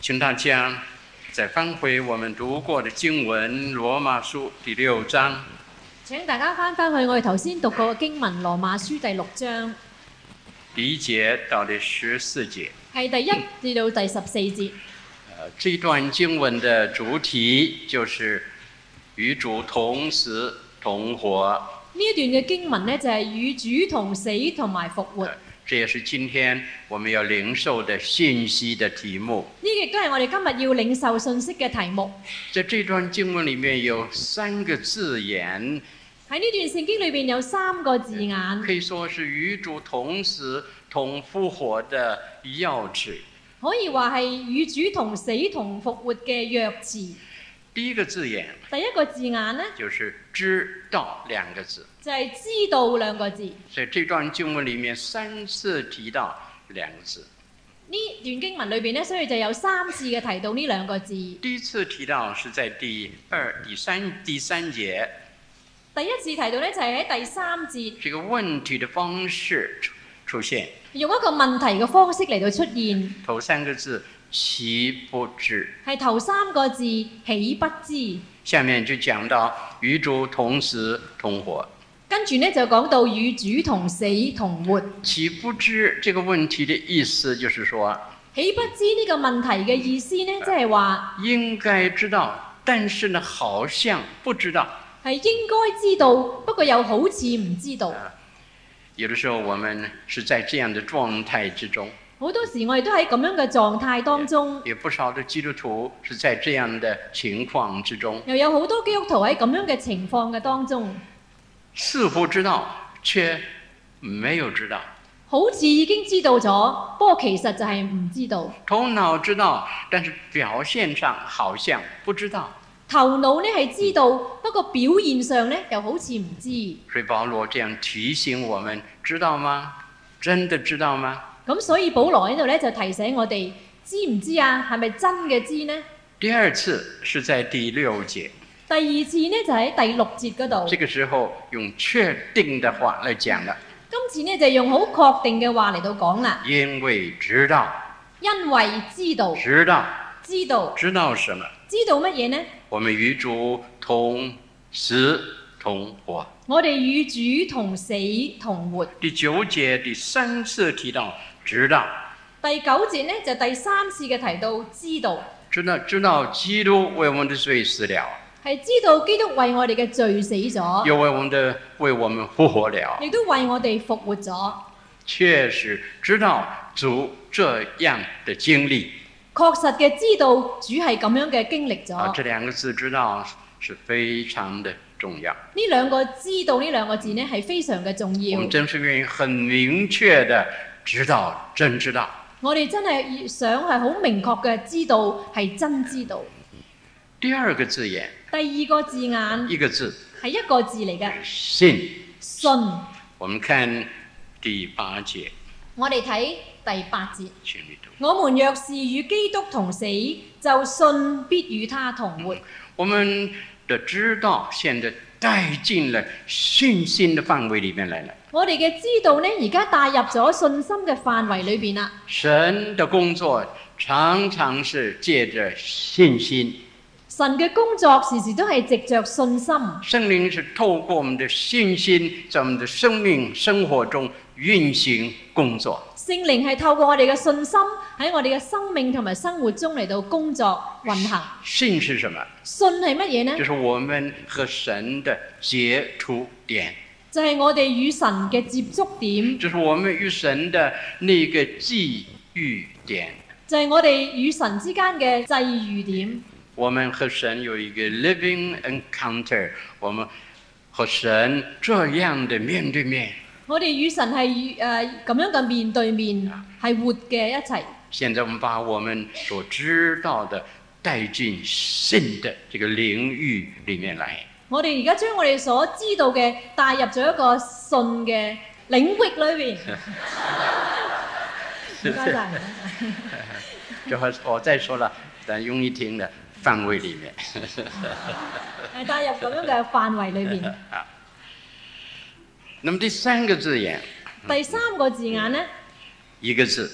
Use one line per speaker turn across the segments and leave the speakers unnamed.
请大家再翻回我们读过的经文《罗马书》第六章。
請大家翻返去我哋頭先讀過嘅經文《羅馬書》第六章，
第一节到第十四节，
係第一至到第十四節。
呃，这段经文的主题就是与主同死同活，
呢一段嘅經文呢，就係、與主同死同埋復活。呢
这也是今天我们要领受的信息的题目。
個亦都係我哋今日要領受信息嘅題目。
在这段经文里面有三个字眼，
喺呢段聖經裏邊有三個字眼，
可以说是与主同死同复活的要旨。
可以話係與主同死同復活嘅弱詞。
第一个字眼
第一個字眼呢，
就是“知道”两个字，
就係、知道兩個字。呢
在这段经文里面三次提到两个字。
段經文裏邊呢，所以就有三次嘅提到呢兩個字。
第一次提到是在第二、第三、第三节，
第一次提到呢，就係、喺第三節，
这个问题的方式出出现。
用一個問題嘅方式嚟到出現。
头三个字“其不知
係頭三個字，岂不知？”，
下面就讲到与主同死同活。
跟住呢，就講到與主同死同活。
岂不知这个问题的意思就是说，
岂不知呢個問題嘅意思呢，即係話
应该知道，但是呢，好像不知道。
係應該知道，不過又好似唔知道。
有的时候我们是在这样的状态之中，
好多時我哋都喺咁樣嘅狀態當中，
有不少的基督徒是在这样的情况之中，
又有好多基督徒喺咁樣嘅情況嘅當中，
似乎知道，却没有知道；
好似已經知道咗，不過其實就係唔知道。
头脑知道，但是表现上好像不知道。
頭腦呢係知道，不過表現上呢又好似唔知。
所以保罗这样提醒我们：知道吗？真的知道吗？
咁所以保羅喺度呢就提醒我哋，知唔知啊？係咪真嘅知呢？
第二次是在第六节，
第二次呢就喺第六節嗰
这
度，
个时候用确定的话来讲了，
今次呢就用好確定嘅話嚟到講啦，
因为知道，
因為知道，
知道，
知道，
知道什么？
知道乜嘢呢？
我们与主同死同活。
我哋與主同死同活。
第九节第三次提到知道，
第九節呢就第三次嘅提到知道，
知道知道基督为我们的罪死了，
係知道基督為我哋嘅罪死咗，
又为我们的为我们复活了，
亦都為我哋復活咗。
确实知道主这样的经历
確實嘅知道主係咁樣嘅經歷咗。
啊，这两个字知道是非常的重要。
呢兩個知道呢兩個字呢係非常嘅重
我
要
们。真是愿意很明确的知道，真知道。
我哋真係想係好明確嘅知道係真知道。
第二个字眼，
第二個字眼係
一个字
一個字嚟嘅
信。
信。
我们看第八节，
我哋睇第八節，
请你读。
我們若是與基督同死，就信必與他同活。
我们的知道现在带进了信心的范围里面来了。
我哋嘅知道呢，而家帶入咗信心嘅範圍裏邊啦。
神的工作常常是借着信心，
神嘅工作時時都係藉着信心，
圣灵是透过我们的信心，在我们的生命生活中运行工作。
聖靈係透過我哋嘅信心喺我哋嘅生命同埋生活中嚟到工作運行。
信是什么？
信係乜嘢呢
就？是我们和神的接触点，
就係我哋與神嘅接觸點，
就是我们与神的那个际遇点。
就係我哋與神之間嘅際遇點。
我们和神有一个 living encounter，我们和神这样的面对面。
我哋與神係誒咁樣嘅面對面，係活嘅一齊。
现在我们把我们所知道的带进信的这个领域里面来。
我哋而家將我哋所知道嘅帶入咗一個信嘅領域 裏邊。唔該晒。
这话我再说了，咱用一听的范围里面。
誒帶入咁樣嘅範圍裏邊。
那么第三个字眼，
第三個字眼呢，
一个字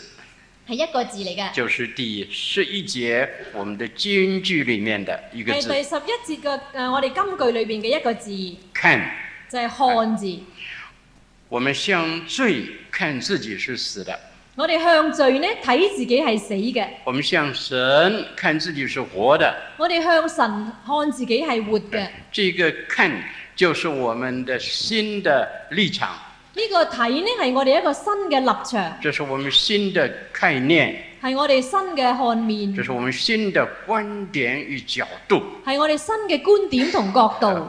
係一個字嚟嘅，
就是第十一节我们的京剧里面的一个
係
字
第十一節嘅誒，我哋金句裏邊嘅一個字
“看
就係、看字。”。
我们向罪看自己是死的，
我哋向罪呢睇自己係死嘅，
我们向神看自己是活的。
我哋向神看自己係活嘅。呢、
这个“看”就是我们的新的立场，
個睇呢係我哋一個新嘅立場，
这是我们新的概念，
係我哋新嘅看面，
这是我们新的观点与角度。
係我哋新嘅觀點同角度。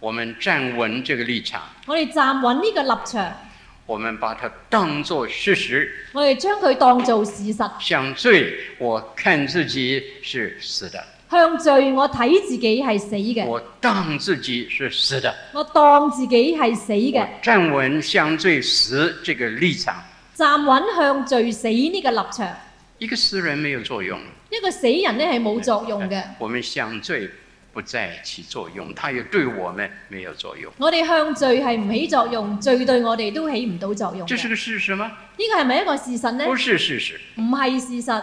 我们站稳这个立场，
我哋站穩呢個立場，
我们把它当作事实。
我哋將佢當做事實。
向罪，我看自己是死的，
向罪我睇自己係死嘅，
我当自己是死的，
我當自己係死
我
嘅，
站稳向罪死这个立场。
站穩向罪死呢個立場。
一个死人没有作用，
一個死人呢係冇作用嘅，
哎我们向罪不在起作用，它也对我们没有作用。
我哋向罪係唔起作用，罪對我哋都起唔到作用
这
嘅。
是个事实吗？
呢個係咪一個事實呢？
不是事实，
唔係事實，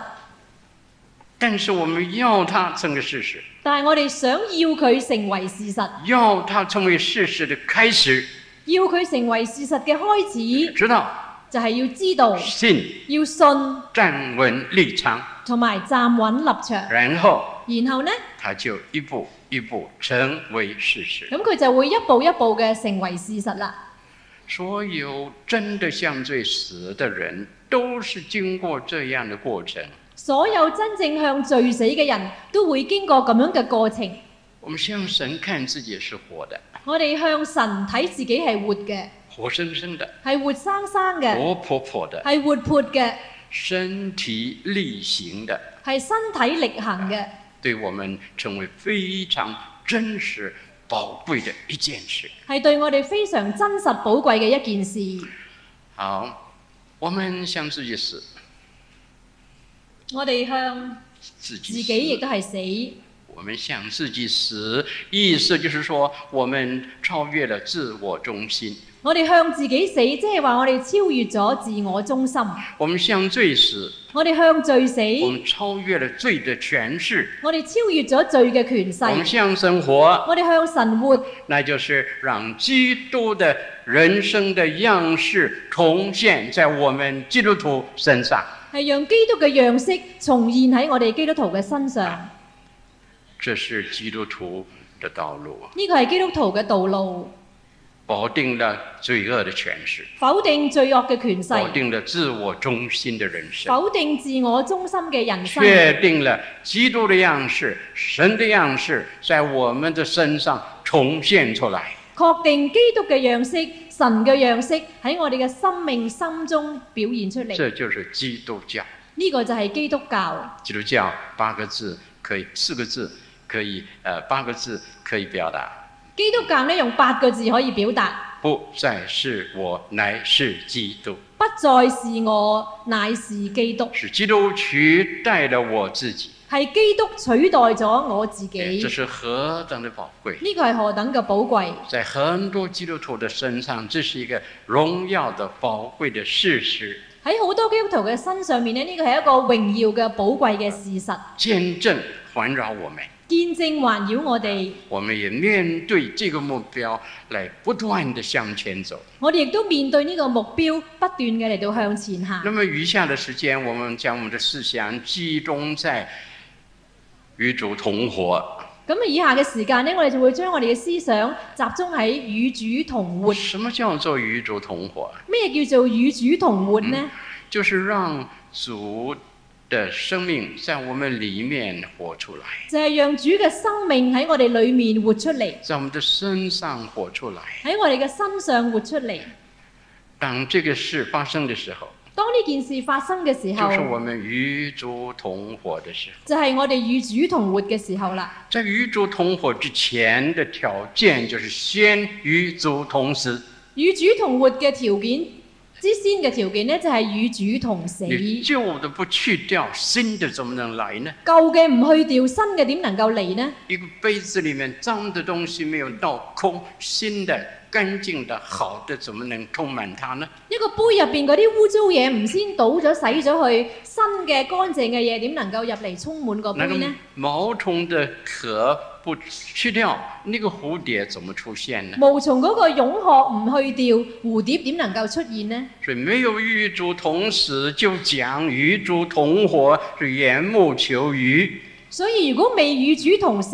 但是我们要它成为事实，
但係我哋想要佢成為事實，
要它成为事实的开始，
要佢成為事實嘅開始，
直到
就係、要知道、
信
要信
站稳立场，
同埋站穩立場。
然后
然後呢，
它就一步一步成为事实。
咁佢就會一步一步嘅成為事實啦。
所有真的向罪死的人，都是经过这样的过程。
所有真正向罪死嘅人都會經過咁樣嘅過程。
我们向神看自己是活的，
我哋向神睇自己係活嘅，
活生生的，
係活生生嘅，
活泼泼的，
係活潑嘅，
身体力行的，
係身體力行嘅，
对我们成为非常真实、宝贵的一件事。
係對我哋非常真實寶貴嘅一件事。
好，我们向自己死，
我哋向
自
自
己死
己亦都係死。
我们向自己死，意思就是说，我们超越了自我中心。
我哋向自己死，即係話我哋超越咗自我中心。
我们向罪死，
我哋向罪死，
我们超越了罪的权势。
我哋超越咗罪嘅權
我们
勢。
向生活，
我哋向神活，
那就是让基督的人生的样式重现在我们基督徒身上。
係讓基督嘅樣式重現喺我哋基督徒嘅身上。
这是基督徒的道路，
呢個係基督徒嘅道路，
否定了罪恶的权势，
否定罪惡嘅權
否
勢，
定了自我中心的人生。
否定自我中心嘅人生，
确定了基督的样式、神的样式在我们的身上重现出来。
確定基督嘅樣式、神嘅樣式喺我哋嘅生命心中表現出嚟。
这就是基督教。
呢、個就係基督教。
基督教八个字可以，四个字可以，呃，八个字可以表达：
基督教呢用八個字可以表達：
不再是我，乃是基督，
不再是我，乃是基督。
是基督取代了我自己。
係基督取代咗我自
哎
己
这，是何等的宝贵！
呢個係何等嘅寶貴！
在很多基督徒的身上，这是一个荣耀的、宝贵的事实，
喺好多基督徒嘅身上面呢，呢個係一個榮耀嘅寶貴嘅事實，
见证环绕我们。
見證環繞我哋，
我们也面对这个目标来不断的向前走。
我哋亦都面對呢個目標，不斷嘅嚟到向前
那
行。
么余下的时间，我们将我们的思想集中在与主同活。
咁啊以下嘅時間呢，我哋就會將我哋嘅思想集中喺與主同活。
什么叫做与主同活？
咩叫做與主同活呢？
就是让主的生命在我们里面活出来，
就係讓主嘅生命喺我哋裏面活出嚟。
在我们的身上活出来。
喺我哋嘅身上活出嚟。
当这个事发生的时候，
當呢件事發生嘅時
就是
候，
我们与主同活的时候。
就係我哋與主同活嘅時候啦。
在与主同活之前的条件，就是先与主同死。
與主同活嘅條件之先嘅條件呢，就係與主同死。
你
舊
旧的不去掉，新的怎么能来呢？
嘅唔去掉，新嘅點能夠嚟呢？
一个杯子里面脏的东西没有倒空，新的干净的、好的，怎么能充满它呢？
一個杯入邊嗰啲污糟嘢唔先倒咗洗咗去，新嘅乾淨嘅嘢點能夠入嚟充滿個
那
杯
个
呢？
毛虫的壳不去掉，那个蝴蝶怎么出现呢？
毛蟲嗰個蛹殼唔去掉，蝴蝶點能夠出現呢？
所以没有与主同死，就讲与主同活，是缘木求鱼。
所以如果未與主同死，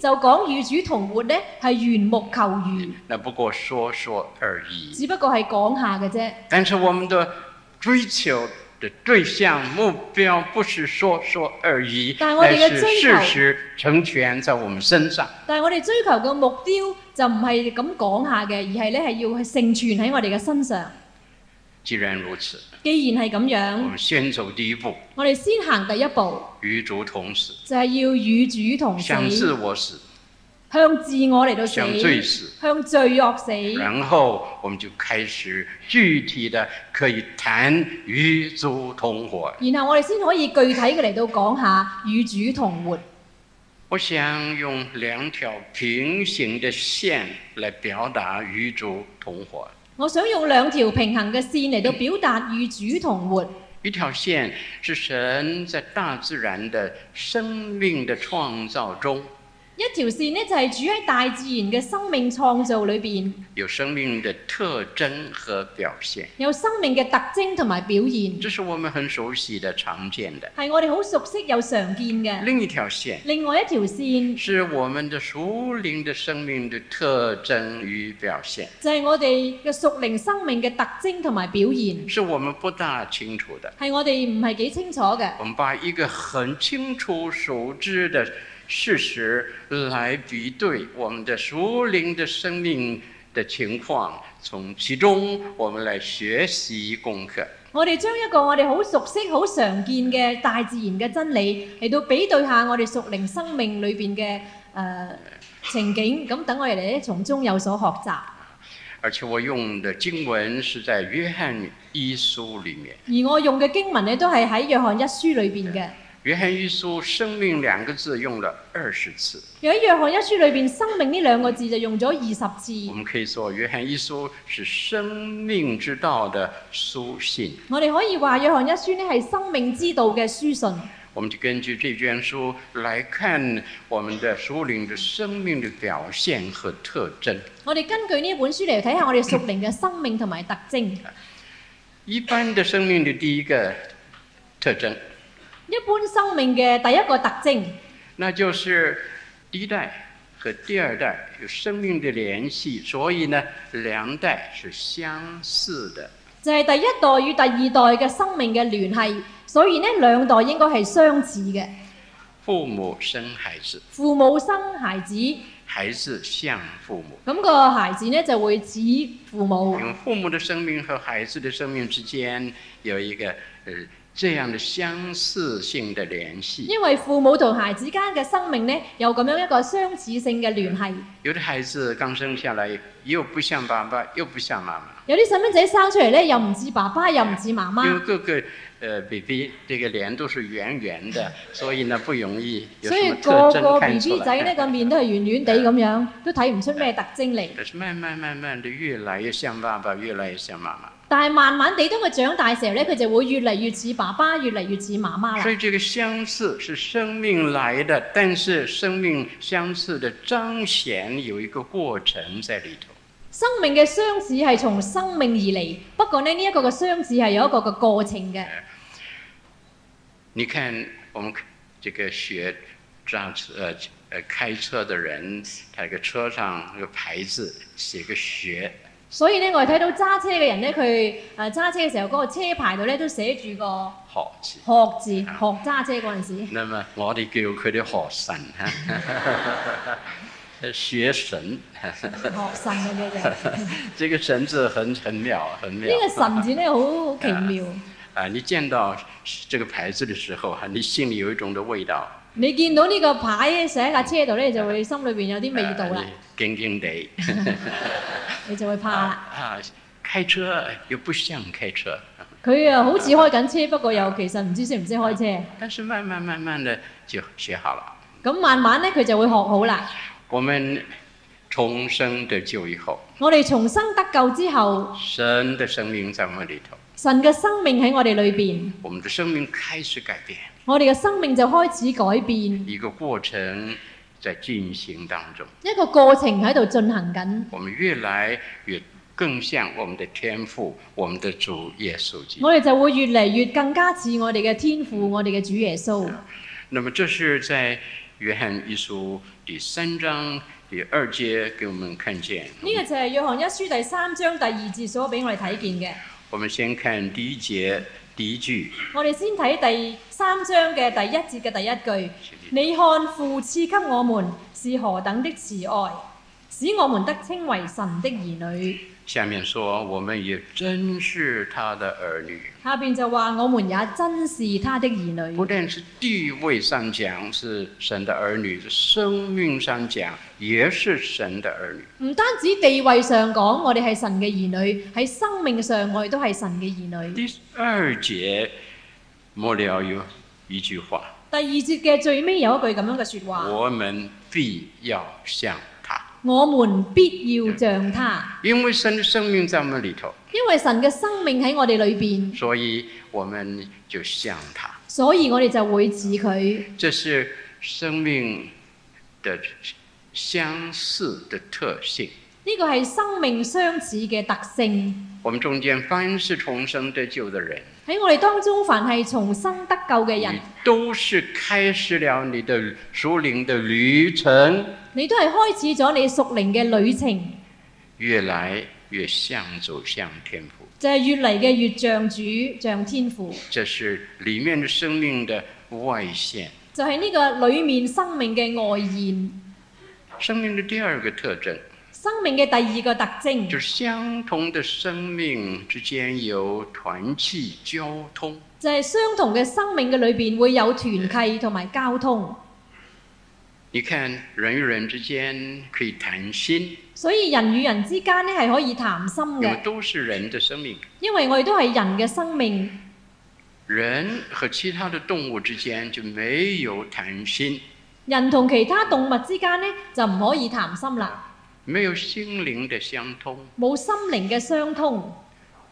就講與主同活呢，係緣木求魚，
那不过说说而已。
只不過係講下嘅啫。
但是我们的追求的对象、目标不是说说而已，
但我哋嘅
是
追求
事实成全在我们身上。
但係我哋追求嘅目標就唔係咁講下嘅，而係咧係要成全喺我哋嘅身上。
既然如此，
既然係咁
我
樣，
们先走第一步，
我哋先行第一步，
与主同死，
就係、要與主同死，
想自我死，
向自我嚟到死，
想罪死。
向罪惡死。
然后我们就开始具体的可以谈与主同活。
然後我哋先可以具體嘅嚟到講下與主同活。
我想用两条平行的线来表达与主同活。
我想用兩條平衡嘅線嚟到表達與主同活。
一条线是神在大自然的生命的创造中，
一條線呢，就係、主喺大自然嘅生命創造裏邊
有生命的特征和表现，
有生命嘅特徵同埋表現，
这是我们很熟悉的、常见的。
係我哋好熟悉又常見嘅。
另一条线
另外一條線
是我们的属灵的生命的特征与表现，
就係我哋嘅屬靈生命嘅特徵同埋表現，
是我们不大清楚的。
係我哋唔係幾清楚嘅。
我们把一个很清楚熟知的事实来比对我们的属灵的生命的情况，从其中我们来学习功课。
我哋將一個我哋好熟悉、好常見嘅大自然嘅真理嚟到比對下我哋屬靈生命裏邊嘅誒情景，咁等我哋咧從中有所學習。
而且我用的经文是在约翰一书里面，
而我用嘅經文咧都係喺約翰一書裏邊嘅。
约翰一书“生命”两个字用了二十次。
又喺約翰一書裏邊，生命呢兩個字就用咗二十次
我。们可以说，约翰一书是生命之道的书信。
我哋可以話約翰一書呢係生命之道嘅書信。
我们就根据这卷书来看我们的属灵的生命的表现和特征。
我哋根據呢本書嚟睇下我哋屬靈嘅生命同埋特徵。
嗯
一
一般的生命的第一个特征，
般生命嘅第一個特徵
那就是第一代和第二代有生命的联系，所以呢，两代是相似的。
就係第一代與第二代嘅生命嘅聯繫，所以呢兩代應該係相似嘅。
父母生孩子，
父母生孩子，咁、
孩子像父母。
個孩子呢就會似父母
因。为父母的生命和孩子的生命之间有一个呃这样的相似性的联系。
因為父母同孩子間嘅生命呢，有咁樣一個相似性嘅聯繫。
有的孩子刚生下来，又不像爸爸，又不像妈妈，
有啲細蚊仔生出嚟呢，又唔似爸爸，又唔似媽
因为
媽，
各个呃 baby 这个脸都是圆圆的，所以呢不容易有
所
什
以
么
個
特
個
征看
B
出
B 仔呢
来。
個面都係圓圓地咁樣，都睇唔出咩特徵嚟。
但是慢慢慢慢的，越来越像爸爸，越来越像妈妈。
但係慢慢地，當佢長大嘅時候咧，佢就會越嚟越似爸爸，越嚟越似媽媽
所
啦。
以这个相似是生命来的，但是生命相似的彰显有一个过程在里头。
生命嘅相似係從生命而嚟，不過呢，呢、一個嘅相似係有一個嘅過程嘅。
你看，我们这个学驾车呃呃开车的人，他这个车上那个牌子写个“学
所以呢，我哋睇到揸車嘅人呢，佢誒揸車嘅時候嗰、個車牌度呢都寫住個”
學字，
學字，
啊
學揸車嗰 陣時。
那么我哋叫佢哋學神哈， 學神，
學神嘅嘅 啫，
啊
呢
这个神字很很妙，很妙
個神字呢好好奇妙。
啊！你见到这个牌子的时候啊哈，你心里有一种的味道，
你見到呢個牌寫喺架車度呢，就會心裏邊有啲味道啦
啊，你惊惊地
你就會怕啦。
啊！开车又不像开车，
佢啊好似開緊車，不過又其實唔知識唔識開車。
但是慢慢慢慢的就学好了。
咁慢慢咧，佢就會學好啦。
我们重生得救以后，
我哋重生得救之後，
神的生命在我们里头，
神嘅生命喺我哋裏邊，
我们的生命开始改变，
我哋嘅生命就開始改變，
一个过程在进行当中，
一個過程喺度進行緊。
我们越来越更像我们的天父，我们的主耶稣基督。
我哋就會越嚟越更加似我哋嘅天父，我哋嘅主耶穌。
那么这是在约翰一书第三章第二节给我们看见。
呢、個就係約翰一書第三章第二節所俾我哋睇見嘅。
我们先看第一节第一句，
我哋先睇第三章嘅第一節嘅第一句：你看父賜給我們是何等的慈愛，使我們得稱為神的兒女。
下面说我们也真是他的儿女，
下邊就話我們也真是他的兒
不
女。
但是地位上讲是神的儿女，生命上讲也是神的儿女。
唔單止地位上講，我哋係神嘅兒女；喺生命上，我哋都係神嘅兒女。
第二节末了有一句话，
第二節嘅最尾有一句咁樣嘅説話。
我们必要像他，
我們必要像他，
因为神的生命在我们里头。
因為神嘅生命喺我哋裏邊，
所以我们就像他，
所以我哋就會似佢。
这是生命的相似的特性。
呢個係生命相似嘅特性。
我们中间凡是重生得救的人，
喺我哋當中，凡係重生得救嘅人
你，都是开始了你的属灵的旅程，
你都係開始咗你屬靈嘅旅程，
越来越像走向天父。
就係、越嚟嘅越像主像天父，
这是里面的生命的外现。
就係、呢個裡面生命嘅外現。
生命的第二个特征
生命嘅第二個特
就
徵
是相同的生命之间有团契交通。
就係、相同嘅生命嘅裏邊會有團契同埋交通，
你看，人与人之间可以谈心，
所以人與人之間呢係可以談心
因
嘅
为。都是人的生命。
因為我哋都係人嘅生命，
人和其他的动物之间就没有谈心，
人同其他動物之間呢，就唔可以談心啦，
没有心灵的相通。
冇心靈嘅相通。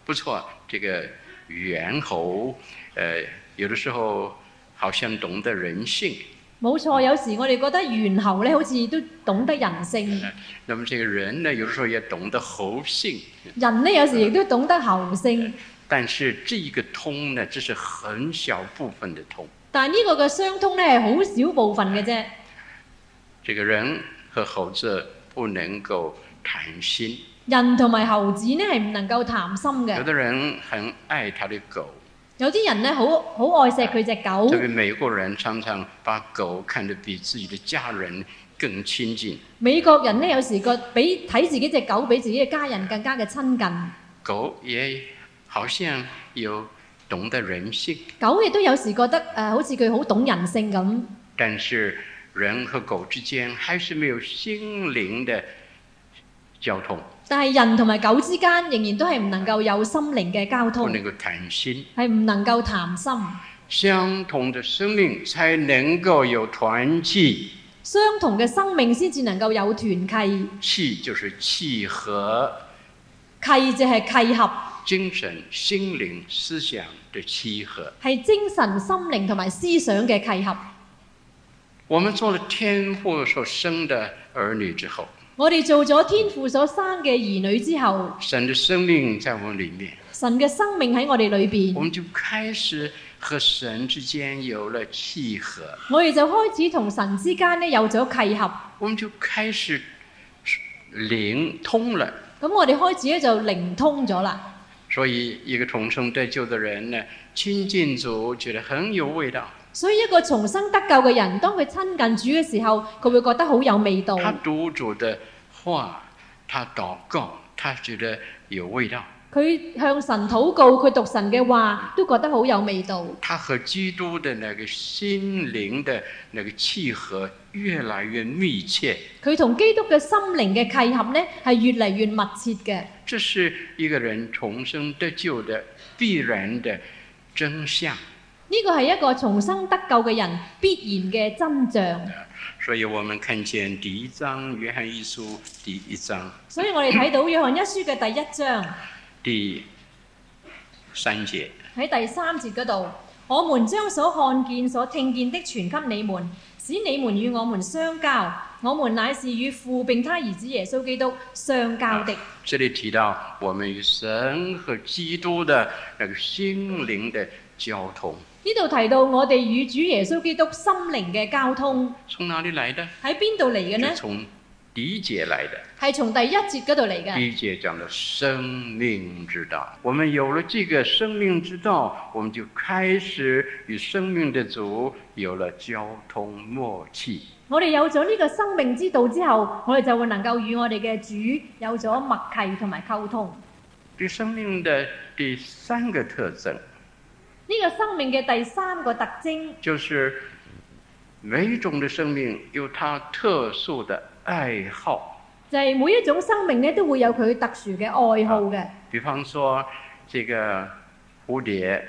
不错，这个猿猴，呃，有的时候好像懂得人性。
冇錯，有時我哋覺得猿猴呢好似都懂得人性，
那么这个人呢，有的时候也懂得猴性，
人呢有時亦都懂得猴性，
但是这一个通呢，只是很小部分的通。
但係呢個嘅相通呢係好少部分嘅啫。
这个人和猴子不能够谈心。
人同埋猴子呢係唔能夠談心
有
嘅，
的人很爱他的狗，
有啲人呢好好愛錫佢只狗
特，别美国人常常把狗看得比自己的家人更亲近。
美國人呢有時覺比睇自己只狗比自己嘅家人更加嘅親近，
狗也好像有懂得人性，
狗亦都有時覺得誒、呃好似佢好懂人性咁。
但是人和狗之间还是没有心灵的交通，
但係人同埋狗之間仍然都係唔能夠有心靈嘅交
不
通，
能够谈心。
係唔能夠談心。
相同的生命才能够有团契，
相同嘅生命先至能夠有團契，
契就是契合
契就係契合，
精神、心灵、思想的契合。
係精神、心靈同埋思想嘅契合。
我们做了天父所生的儿女之后，
我哋做咗天父所生嘅兒女之後，
神的生命在我们里面，
神嘅生命喺我哋裏
我
邊，
们就开始和神之间有了契合，
我哋就開始同神之間咧有咗契合。
我们就开始灵通了。
咁我哋開始咧就靈通咗啦。
所以，一个重生得救的人呢，亲近主觉得很有味道，
所以一個重生得救嘅人，當佢親近主嘅時候，佢會覺得好有味道。
他读主的话，他祷告，他觉得有味道，
佢向神禱告，佢讀神嘅話，都覺得好有味道。
他和基督的那个心灵的那个契合越来越密切。
佢同基督嘅心靈嘅契合呢，係越嚟越密切嘅。
这是一个人重生得救的必然的真相。
呢個係一個重生得救嘅人必然嘅真相。
所以我们看见第一章《约翰一书》第一章
所以我哋睇到約翰一書嘅第一章
第三节，
喺第三節嗰度，我們將所看見、所聽見的傳給你們，使你們與我們相交。我們乃是與父並他兒子耶穌基督相交的。
这里提到我们与神和基督的那个心灵的交通，
呢度提到我哋與主耶穌基督心靈嘅交通
从哪里来的？
喺邊度嚟嘅呢
就？从第一节来的。
係從第一節嗰度嚟嘅。
第一节讲的生命之道，我们有了这个生命之道，我们就开始与生命的主有了交通默契。
我哋有咗呢個生命之道之後，我哋就會能夠與我哋嘅主有咗默契同埋溝通。呢、
对生命的第三个特征
個生命嘅第三個特徵
就是，每一种的生命有它特殊的爱好。
就係、每一種生命咧都會有佢特殊嘅愛好嘅，
比方说，这个蝴蝶，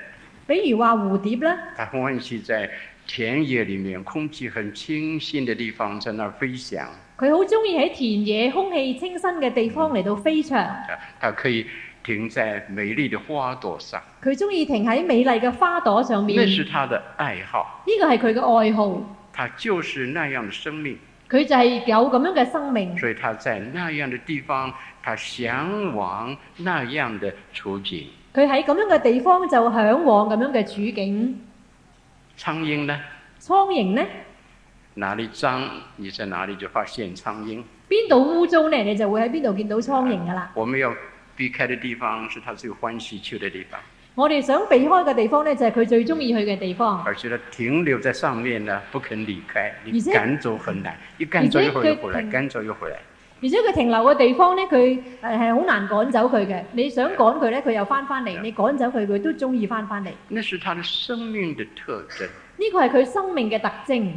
比如話蝴蝶啦，
它很欢喜在田野里面空气很清新的地方在那儿飞翔。
佢好中意喺田野空氣清新嘅地方嚟到飛翔，
啊它可以停在美丽的花朵上，
佢中意停喺美麗嘅花朵上面，
那是
呢
它的愛好。
個係佢嘅愛好，
它就是那样的生命，
佢就係有咁樣嘅生命，
所以它在那样的地方，它向往那样的处境。
佢喺咁樣嘅地方就嚮往咁樣嘅處境。
苍蝇呢？
蒼蠅呢，
哪里脏，你在哪里就发现苍蝇。
邊度污糟呢，你就會喺邊度見到蒼蠅噶啦。
我们要避开的地方是它最欢喜去的地方，
我哋想避開嘅地方呢，就係佢最中意去嘅地方，
而且它停留在上面呢，不肯离开。
你
你
这
赶走很难，一赶走一会儿又回来，
你这个
赶走又回来。
而且佢停留嘅地方呢，佢誒係好難趕走佢嘅。你想趕佢呢，佢又翻返嚟；你趕走佢，佢都中意翻返嚟。
那是它的生命的特征。
呢個係佢生命嘅特徵。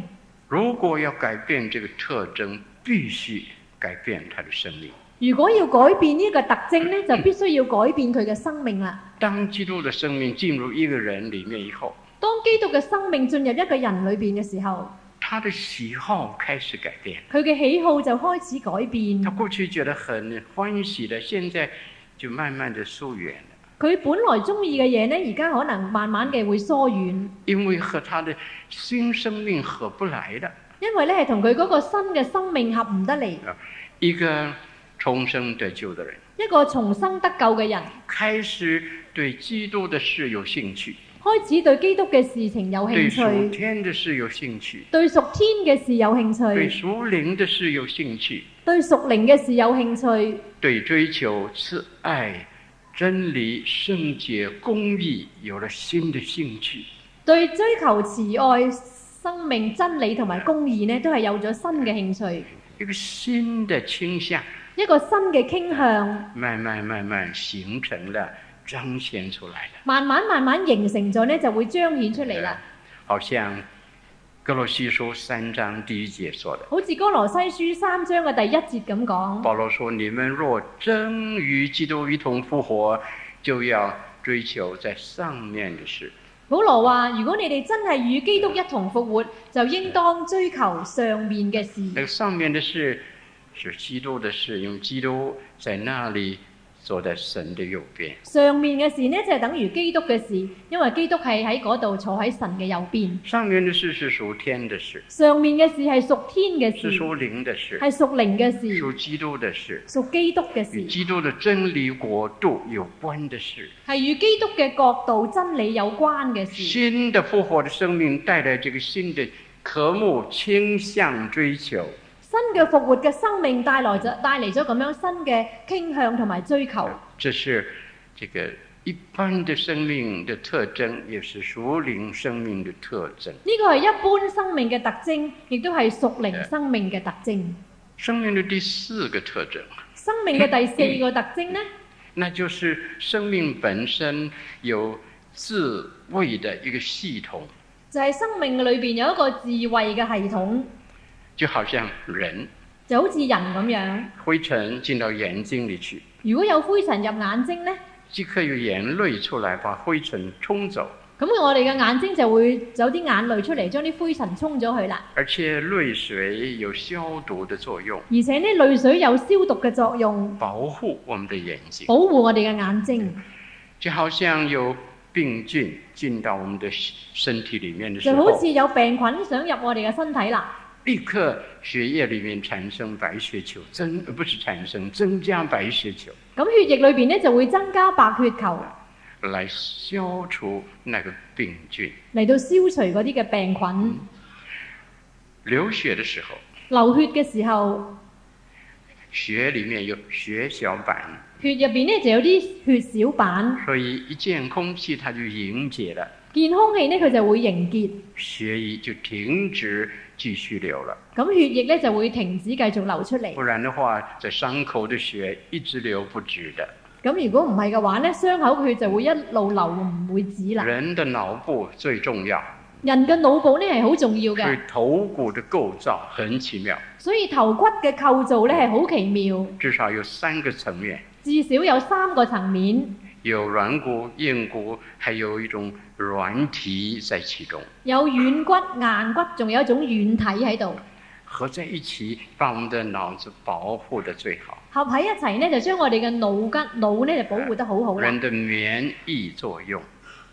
如果要改变这个特征，必须改变他的生命。
如果要改變呢個特徵呢，就必須要改變佢嘅生命啦。
当基督的生命进入一个人里面以后，
當基督嘅生命進入一個人裏邊嘅時候，
他的喜好开始改变。
佢嘅喜好就開始改
他
變。
过去觉得很欢喜的，现在就慢慢的疏远了，
佢本來中意嘅嘢呢，而家可能慢慢嘅會疏遠，
因为和他的新生命合不来的。
因為呢係同佢嗰個新嘅生命合唔得嚟。
一个重生得救的人，
一個重生得救嘅人。
开始对基督的事有兴趣，
開始對基督嘅事情有
对
興
属
趣，
天的事有兴趣，
對屬天嘅事有
对
興趣，
属灵的事有兴趣。
對屬靈嘅事有興趣，
对追求慈爱、真理、圣洁、公义有了新的兴趣。
對追求慈愛、生命真理同埋公義呢，都係有咗新嘅興趣，
一个新的倾向，
一個新嘅傾向，
慢慢慢慢形成了，彰显出来了。
慢慢慢慢形成咗呢，就會彰顯出嚟啦。
好像哥罗西书三章第一节说的，
好似哥羅西書三章嘅第一節咁講，
保罗说：“你们若真与基督一同复活，就要追求在上面的事。
保羅話：如果你哋真係與基督一同復活，就應當追求上面嘅事。
那个上面的事是基督的事，因为基督在那里坐在神的右边。”
上面嘅事呢，就係等於基督嘅事，因為基督係喺嗰度坐喺神嘅右邊。
上面的事是属天的事，
上面嘅事係屬天嘅
是
事，
属灵的事，
係屬靈嘅
属
事，
基督的事，
屬基督嘅
与
事，
基督的真理国度有关的事。
係與基督嘅角度真理有關嘅事。
新的复活的生命带来这个新的渴慕、倾向、追求，
新嘅復活嘅生命帶來咗帶嚟咗咁樣新嘅傾向同埋追求。
这是这个一般的生命的特征，也是属灵生命的特征。
呢個係一般生命嘅特徵，亦都係屬靈生命嘅特徵。
生命的第四个特征，
生命嘅第四個特徵呢，
那就是生命本身有自卫的一个系统，
就係、生命裏邊有一個智慧嘅系統，
就好像人。
就好似人咁樣。
灰尘进到眼睛里去，
如果有灰塵入眼睛呢，
即刻有眼泪出来，把灰尘冲走。
咁我哋嘅眼睛就會有啲眼淚出嚟，將啲灰塵沖咗佢啦。
而且泪水有消毒的作用，
而且呢淚水有消毒嘅作用，
保护我们的眼睛。
保護我哋嘅眼睛，
就好像有病菌进到我们的身体里面的时
就好
候，
似有病菌想入我哋嘅身體啦，
立刻血液里面产生白血球增，呃不是产生增加白血球，
咁血液裏邊呢就會增加白血球
来消除那个病菌。
嚟到消除嗰啲嘅病菌。
嗯流血的时候，
流血嘅時候，
血里面有血小板，
血入邊呢就有啲血小板，
所以一见空气它就凝结了，
見空氣呢佢就會凝結，
血液就停止继续流了。
咁血液呢就會停止繼續流出嚟。
不然的话，这伤口的血一直流不止的。
咁如果唔係嘅話呢傷口佢就會一路流，唔會止啦。
人的脑部最重要，
人嘅腦部呢係好重要
所以
嘅，
头骨的构造很奇妙，
所以頭骨嘅構造呢係好奇妙，
至少有三个层面，
至少有三個層面，
有软骨、硬骨，还有一种软体在其中，
有軟骨、硬骨，仲有一種軟體喺度，
合在一起把我们的脑子保护的最好。
合喺一齊呢，就將我哋嘅腦筋腦呢就保護得好好啦，
人的免疫作用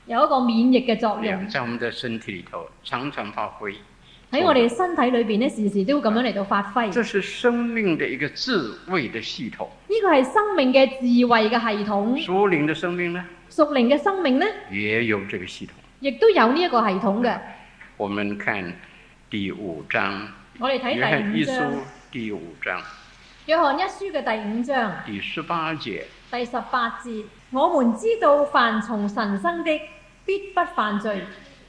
有一個免疫嘅作用
在我们的身体里头常常发挥，
喺我哋身體裏邊呢，時時都咁樣嚟到發揮。
这是生命的一个自卫的系统。
呢個係生命嘅智慧嘅系統，
属灵的生命呢，
屬靈嘅生命呢，
也有这个系统。
亦都有呢一個系統嘅。
我们看第五章，
我哋睇
约翰
第
一
五章
书。第五章
約翰一書嘅第五章
第十八节，
第十八節：我們知道凡從神生的，必不犯罪；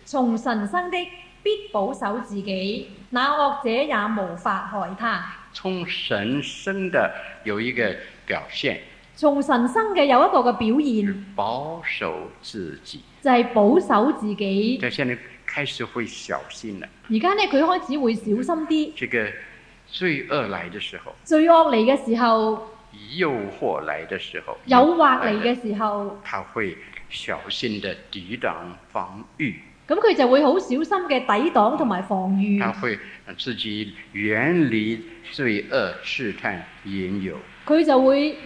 從神生的，必保守自己。那惡者也無法害他。
从神生的有一个表现，
從神生嘅有一個嘅表
就是
現，
保守自己。
就係、保守自己。
这现在开始会小心了。
而家呢，佢開始會小心啲。
这个罪恶来的时候，
罪惡嚟嘅時候，
诱惑来的时候，
誘惑嚟嘅時候，
他会小心的抵挡防御，
咁佢就會好小心嘅抵擋同埋防禦。
他会让自己远离罪恶试探引诱。
佢就會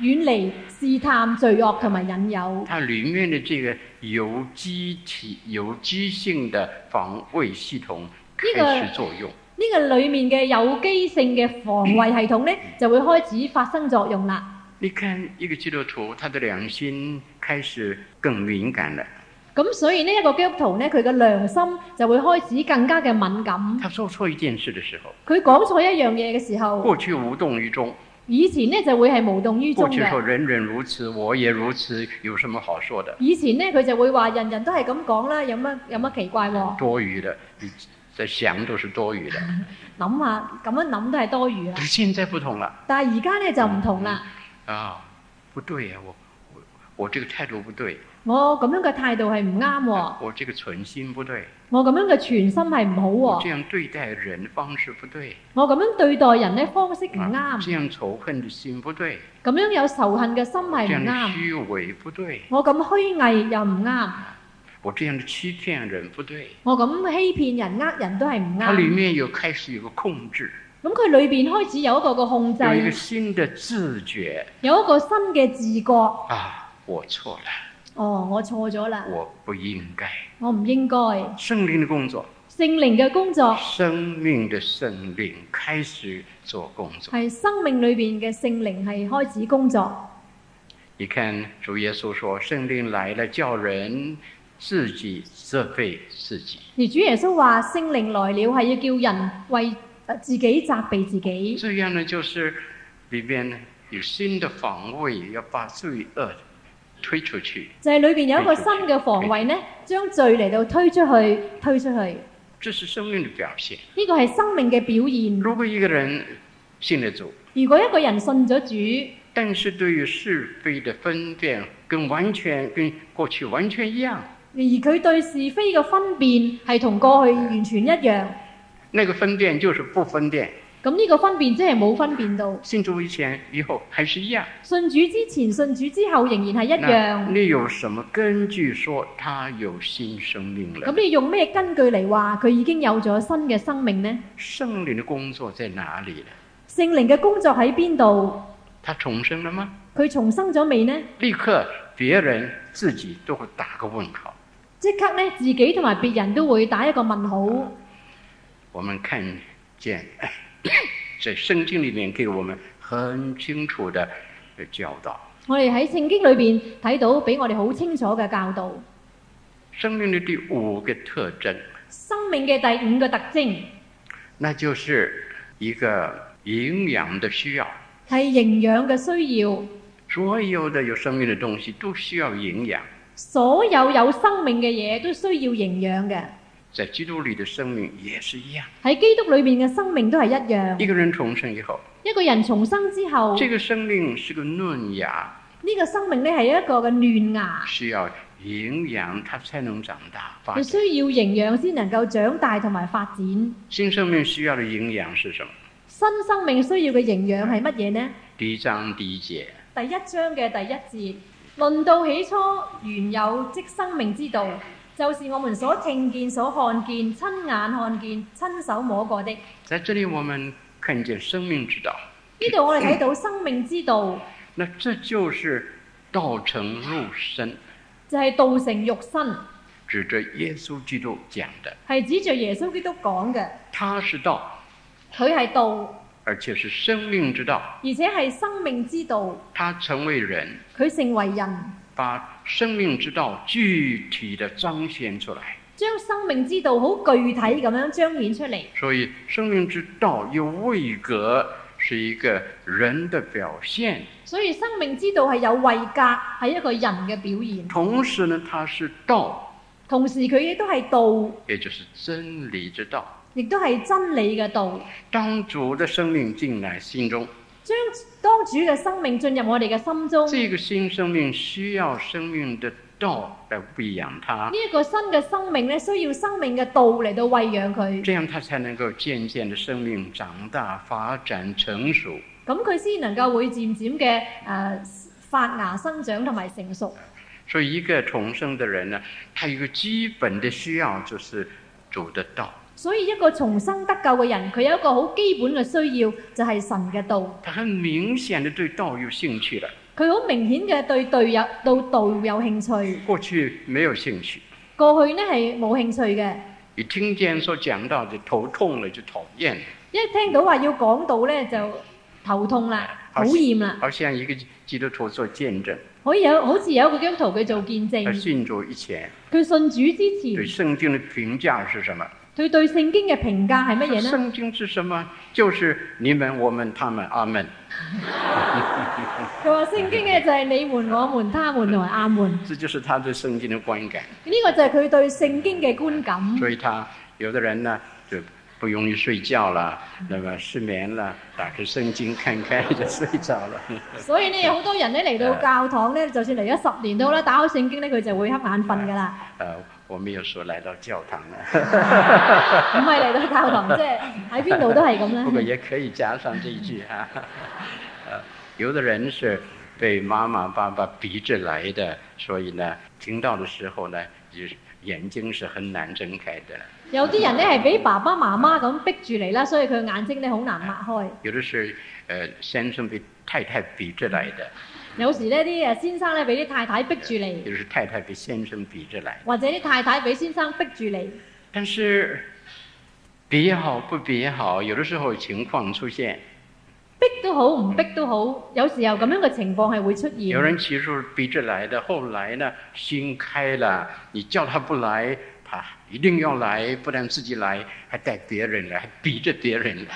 遠離試探、罪惡同埋引誘。
它里面的这个有机体、有机性的防卫系统开始作用，
呢個裡面嘅有機性嘅防衞系統呢，就會開始發生作用啦。
你看一个基督徒，他的良心开始更敏感了，
咁所以呢一個基督徒呢，佢嘅良心就會開始更加嘅敏感。
他做错一件事的时候，
佢講錯一樣嘢嘅時候，
过去无动于衷，
以前呢就會係無動於衷
过去说
嘅。
人人如此，我也如此，有什么好说的？
以前呢，佢就會話人人都係咁講啦，有乜有乜奇怪喎？
多余的，你在想都是多余的。
諗下咁樣諗都係多餘啦
但。现在不同了
但係而家呢就唔同啦，
啊，不对呀、我我我这个态度不对，
我咁樣嘅態度係唔啱喎，
我这个存心不对，
我咁樣嘅全心係唔好喎
我。这样对待人方式不对。
我咁樣對待人呢方式唔
啊
啱，
这样仇恨的心不对，
咁樣有仇恨嘅心
这
係唔
样的
啱，
虚伪不对，
我咁虛偽又唔啱，
我这样的欺骗人不对。
我咁欺騙人呃人都係唔
它里
啱。
面有开始有个控制，
咁佢裏邊開始有一個個控制，
有一个新的自觉
有一個新嘅自覺。
啊，我错了，
哦，我錯咗啦，
我不应该。
我唔應該。聖
圣灵的工作，
靈嘅工作
生命的圣灵开始做工作。
係生命裏邊嘅聖靈係開始工作。
你看，主耶稣说，圣灵来了，叫人自己责备自己。
而主耶穌話：聖靈來了係要叫人為呃自己責備自己。
这样呢，就是里边有新的防卫，要把罪恶推出去。
就係裏邊有一個新嘅防衞呢，將罪嚟到推出去，推出去。
这是生命的表现。
呢個係生命嘅表現。
如果一个人信了主，
如果一個人信咗主，
但是对于是非的分辨跟完全跟过去完全一样，
而佢對是非嘅分辨係同過去完全一樣，
那个分辨就是不分辨，
咁呢個分辨即係冇分辨到，
信主以前以后还是一样。
信主之前、信主之後仍然係一
那
樣。
你有什么根据说他有新生命了？
咁你用咩根據嚟話佢已經有咗新嘅生命呢？
圣灵的工作在哪里呢？
聖靈嘅工作喺邊度？
他重生了吗？
佢重生咗未呢？
立刻别人自己都会打个问号。
即刻呢，自己同埋別人都會打一個問號。
我们看见 在圣经里面给我们很清楚的教导，
我哋喺聖經裏邊睇到俾我哋好清楚嘅教導，
生命的第五个特征，
生命嘅第五個特徵
那就是一个营养的需要。
係營養嘅需要。
所有的有生命的东西都需要营养，
所有有生命嘅嘢都需要營養嘅，
在基督里的生命也是一样。
喺基督裏面嘅生命都係一樣。
一个人重生以后，
一個人重生之後，
这
呢、
个生命是个嫩芽，
個生命呢係一個嘅嫩芽，
需要营养，它才能长大发
佢需
展。
要營養先能夠長大同埋發展。新
新生命需要的营养是什么？
生命需要嘅營養係乜嘢呢？
第一章第一节，
第一章嘅第一節，論到起初原有即生命之道，就是我們所聽見、所看見、親眼看見、親手摸過的。
在这里我们看见生命之道，
呢度我哋睇到生命之道
那这就是道成肉身，
就係、道成肉身。
指着耶稣基督讲的，
係指住耶穌基督講嘅，
他是道，
佢係道，而
而且是生命之道，
且係生命之道，
他成为人。
佢成為人，
把生命之道具体的彰显出来。
將生命之道好具體咁樣彰顯出嚟。
所以，生命之道又位格是一个人的表现，
所以生命之道係有位格，係一個人嘅表現。
同時呢，它是道，
同時佢亦都係道，
也就是真理之道。
亦都係真理嘅道。
当主的生命进来心中，
將當主嘅生命進入我哋嘅心中，呢、
这个新生命需要生命的道来喂养它，
一個新嘅生命咧，需要生命嘅道嚟到喂養佢，
这样它才能够渐渐的生命长大、发展、成熟。
咁佢先能夠會漸漸嘅誒發芽生長同埋成熟。
所以，一个重生的人呢，他有一个基本的需要就是主的道，
所以一個重生得救嘅人，佢有一個好基本嘅需要，就係、神嘅道。
他很明显的对道有兴趣了。
佢好明顯嘅對隊友到道有興趣，
过去没有兴趣，
過去呢係冇興趣嘅。
一听见说讲道就头痛了，就讨厌了，
一聽到話要講道呢，就頭痛啦，討厭啦。
好像一个基督徒做见证。
可以有好似有一個基督徒佢做見
而
證，
信主以前
佢信主之
对
前，
圣经的评价是什么？
佢對聖經嘅評價係乜
说
嘢呢？
圣经是什么？就是你们、我们、他们、阿门。
佢話聖經嘅就係你們、我們、他們同埋阿門。
这就是他对圣经的观感。
呢、個就係佢對聖經嘅觀感。
所以他有的人呢就不容易睡觉了，那么失眠了，打开圣经看看就睡着了。
所以呢，有好多人咧嚟到教堂咧，就算嚟咗十年都好啦，打開聖經咧，佢就會瞌眼瞓噶啦，
呃，我没有说来到教堂了。
唔係嚟到教堂，即係喺邊度都係咁
不过
啦。
也可以加上这一句哈、 呃，有的人是被妈妈爸爸逼着来的，所以呢，听到的时候呢，就是眼睛是很难睁开的。
有啲人咧係俾爸爸媽媽咁逼住嚟啦，所以佢眼睛咧好難擘開。
有的是呃先生被太太逼着来的，
有時呢啲誒先生咧俾啲太太逼住嚟，
有的是太太被先生逼着来。
或者啲太太俾先生逼住嚟。
但是比也好不比也好，有的时候情况出现，
逼都好，唔逼都好，有時候咁樣嘅情況係會出現。
有人起初逼着来的，后来呢心开了，你叫他不来，他一定要来，不但自己来，还带别人来，还逼着别人来。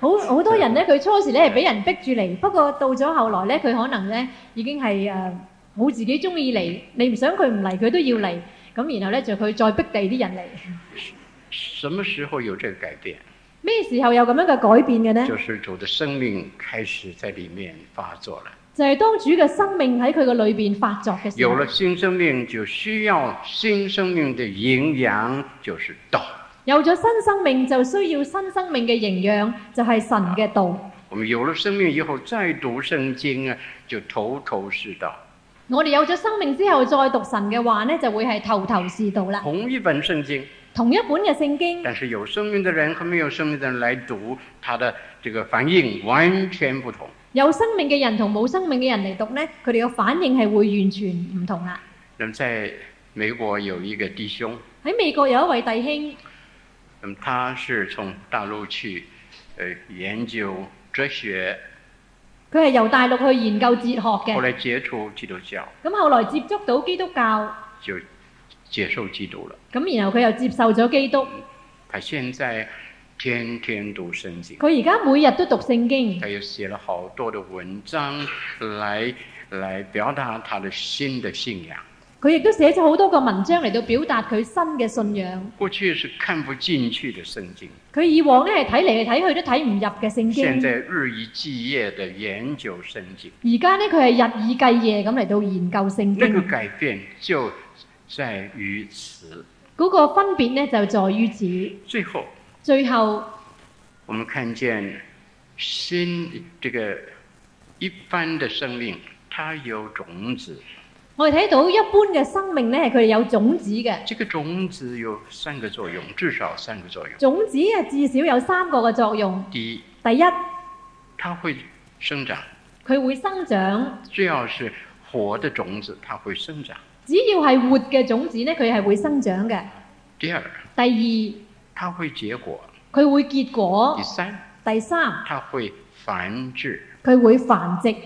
好好多人咧，佢初時咧係俾人逼住嚟，不過到咗後來咧，佢可能咧已經係誒冇自己中意嚟，你唔想佢唔嚟，佢都要嚟。咁然後咧就佢再逼第啲人嚟。
什么时候有这个改变？
咩時候有咁樣嘅改變嘅呢？
就是主的生命开始在里面发作了。
就係當主嘅生命喺佢嘅裏邊發作嘅時
有
候，
了新生命，就需要新生命的营养，就是道。
有咗新生命就需要新生命嘅營養，就係神嘅道。
我们有了生命以后，再读圣经啊，就头头是道。
我哋有咗生命之後再讀神嘅話呢，就會係頭頭是道 啦。
同一本圣经，
同一本嘅聖經，
但是有生命的人和没有生命的人来读，他的这个反应完全不同。
有生命嘅人同冇生命嘅人嚟讀呢，佢哋嘅反應係會完全唔同啦。
那么，在美国有一个弟兄，
喺美國有一位弟兄，
那么他是从大陆去，呃，研究哲学，
佢係由大陸去研究哲學
后
嘅，
来接触基督教，
咁後來接觸到基督教，
就接受基督了。
咁然後佢又接受咗基督，
他现在天天读圣经，
佢而家每日都讀聖經，
他也写了好多的文章来来表达他的新的信仰。
佢亦都寫咗好多個文章嚟到表達佢新嘅信仰。
过去是看不进去的圣经，
佢以往呢係睇嚟睇去都睇唔入嘅聖
现在
經，
日以继夜的研究圣经，
而家呢，佢係日以繼夜咁嚟到研究聖
那个
經。
改变就在于此。
嗰個分別呢，就在於此。
最后，
最後，
我们看见新这个一般的生命，它有种子，
我哋睇到一般嘅生命呢，佢哋有種子嘅。
这个种子有三个作用，至少三个作用。
種子啊，至少有三個嘅作用。
第一，
第一，
它会生长，
佢會生長。
只要是活的种子，它会生长。
只要係活嘅種子呢，佢係會生長嘅。
第二，
第
它会结果。
二，佢會結果
第；三，
第三，
它会繁殖。
佢會繁殖。呢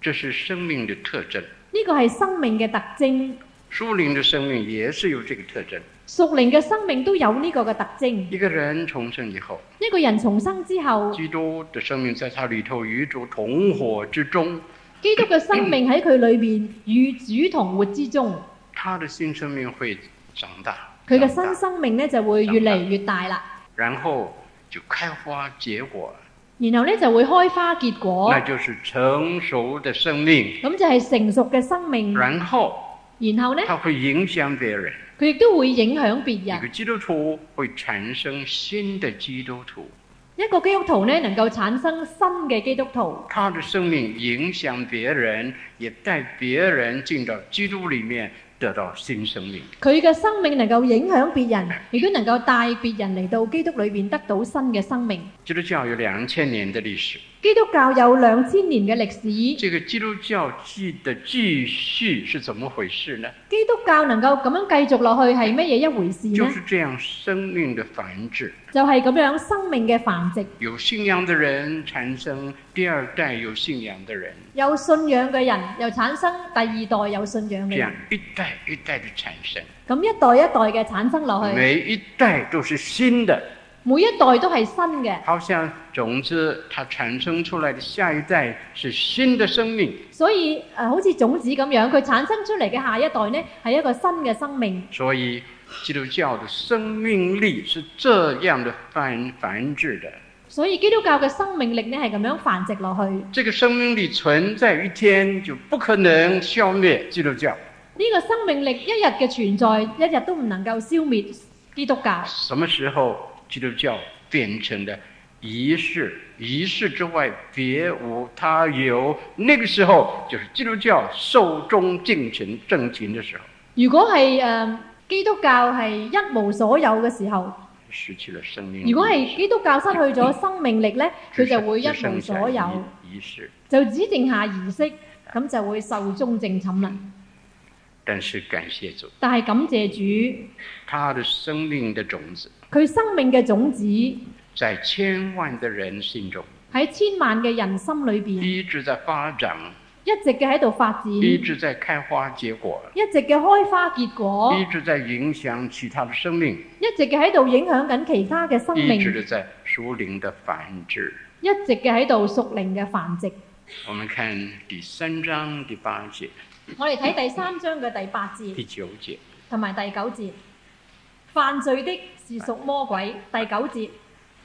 这是生命的特征。
個係生命嘅特徵。
树林的生命也是有这个特征。
屬靈嘅生命都有呢個嘅特徵。
一个人重生以后，
一個人重生之後，
基督的生命在他里头与主同活之中，
基督嘅生命喺佢裏面與主同活之中，
他的新生命会长大，
佢嘅
长
新
大
生命呢就會越嚟越大啦。
然后就开花结果，
然後呢就會開花結果
那，就是成熟的生命。
咁就係成熟嘅生命。
然后
然後呢，
它会影响别人。
佢亦都會影響別
一
人。
个基督徒会产生新的基督徒，
一個基督徒呢能夠產生新嘅基督徒，
他的生命影响别人，也带别人进到基督里面得到新生命。
佢嘅生命能夠影響別人，亦都能夠帶別人嚟到基督裏面得到新嘅生命。
基督教有两千年的历史，
基督教有兩千年嘅歷史。
这个基督教记的继续是怎么回事呢？
基督教能夠咁樣繼續落去係乜嘢一回事
就
呢？
是这样生命的繁殖，
就係咁樣生命嘅繁殖，
有信仰的人产生第二代有信仰的人，
有信仰嘅人又產生第二代有信仰
这
嘅
样
人，
一代一代的产生，
咁一代一代嘅產生落去，
每一代都是新的，
每一代都係新嘅，
好像种子它产生出来的下一代是新的生命，
所以誒、呃好似種子咁樣，佢產生出嚟嘅下一代呢係一個新嘅生命，
所以基督教的生命力是这样的繁繁殖的。
所以基督教嘅生命力呢係咁樣繁殖落去。呢、
这个生命力存在一天，就不可能消灭基督教。
個生命力一日嘅存在，一日都唔能夠消滅基督教。
什么时候基督教变成了仪式？仪式之外别无他由。那个时候就是基督教寿终正寝正勤的时候，
如果係誒、呃基督教係一無所有嘅時候。
失去了生命力。
如果係基督教失去咗生命力呢， 佢
只
就
剩
會一
只剩
無
下
所有，
仪仪式。
就只剩下儀式，咁就會壽終正寢啦。
但是感谢主，
但係感謝主，
他的生命的种子
佢生命嘅種子
在千万的人心中
喺千萬嘅人心裏邊，
一直在发展，
一直嘅喺度發展，
一
一
直在开花结果。
直嘅開花結果，
一直在影响其他的生命，
一直嘅喺度影響緊其他嘅生
一
命，
直的在属灵的繁殖。
一直嘅喺度屬靈嘅繁殖。
我们看第三章第八节、
我哋睇第三章嘅第八節。
第九节，
同埋第九節，犯罪的是屬魔鬼。第九節，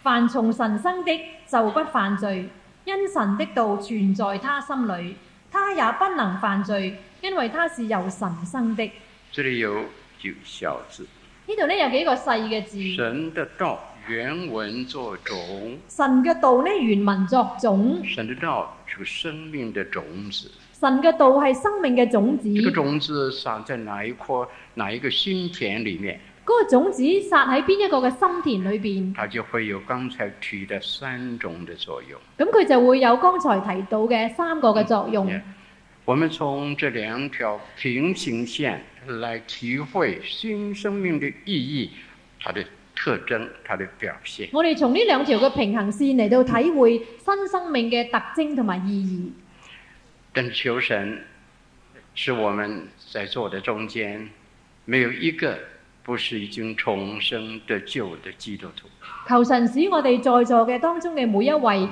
凡從神生的就不犯罪，因神的道存在他心裏，他也不能犯罪，因為他是由神生的。
这里有九小字，
呢度咧有幾個細嘅字，
神的道原文作种，
神嘅道咧原文作種，
神的道是生命的种子。
神嘅道係生命嘅種子，
这个
嗰
种子撒在哪一颗哪一个心田里面，
個種子撒喺邊一個嘅心田裏邊，
它就会有刚才提的三种的作用。
咁佢就會有剛才提到嘅三個嘅作用。
Yeah. 我们从这两条平行线来体会新生命的意义、它的特征、它的表现。
我哋從呢兩條嘅平衡線嚟到體會新生命嘅特徵同埋意義。
但求神是我们在座的中间，没有一个不是已经重生得救的基督徒。
求神使我哋在座嘅當中嘅每一位，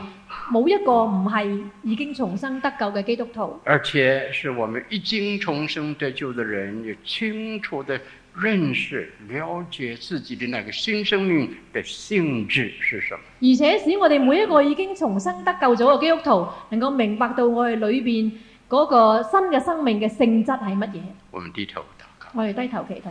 冇一個唔係已經重生得救嘅基督徒。
而且是我们一经重生得救的人，也清楚的认识、了解自己的那个新生命的性质是什么。
而且使我哋每一個已經重生得救咗嘅基督徒，能夠明白到我哋裏邊嗰個新嘅生命嘅性質係乜嘢。
我们低头祷告，
我哋低頭祈禱，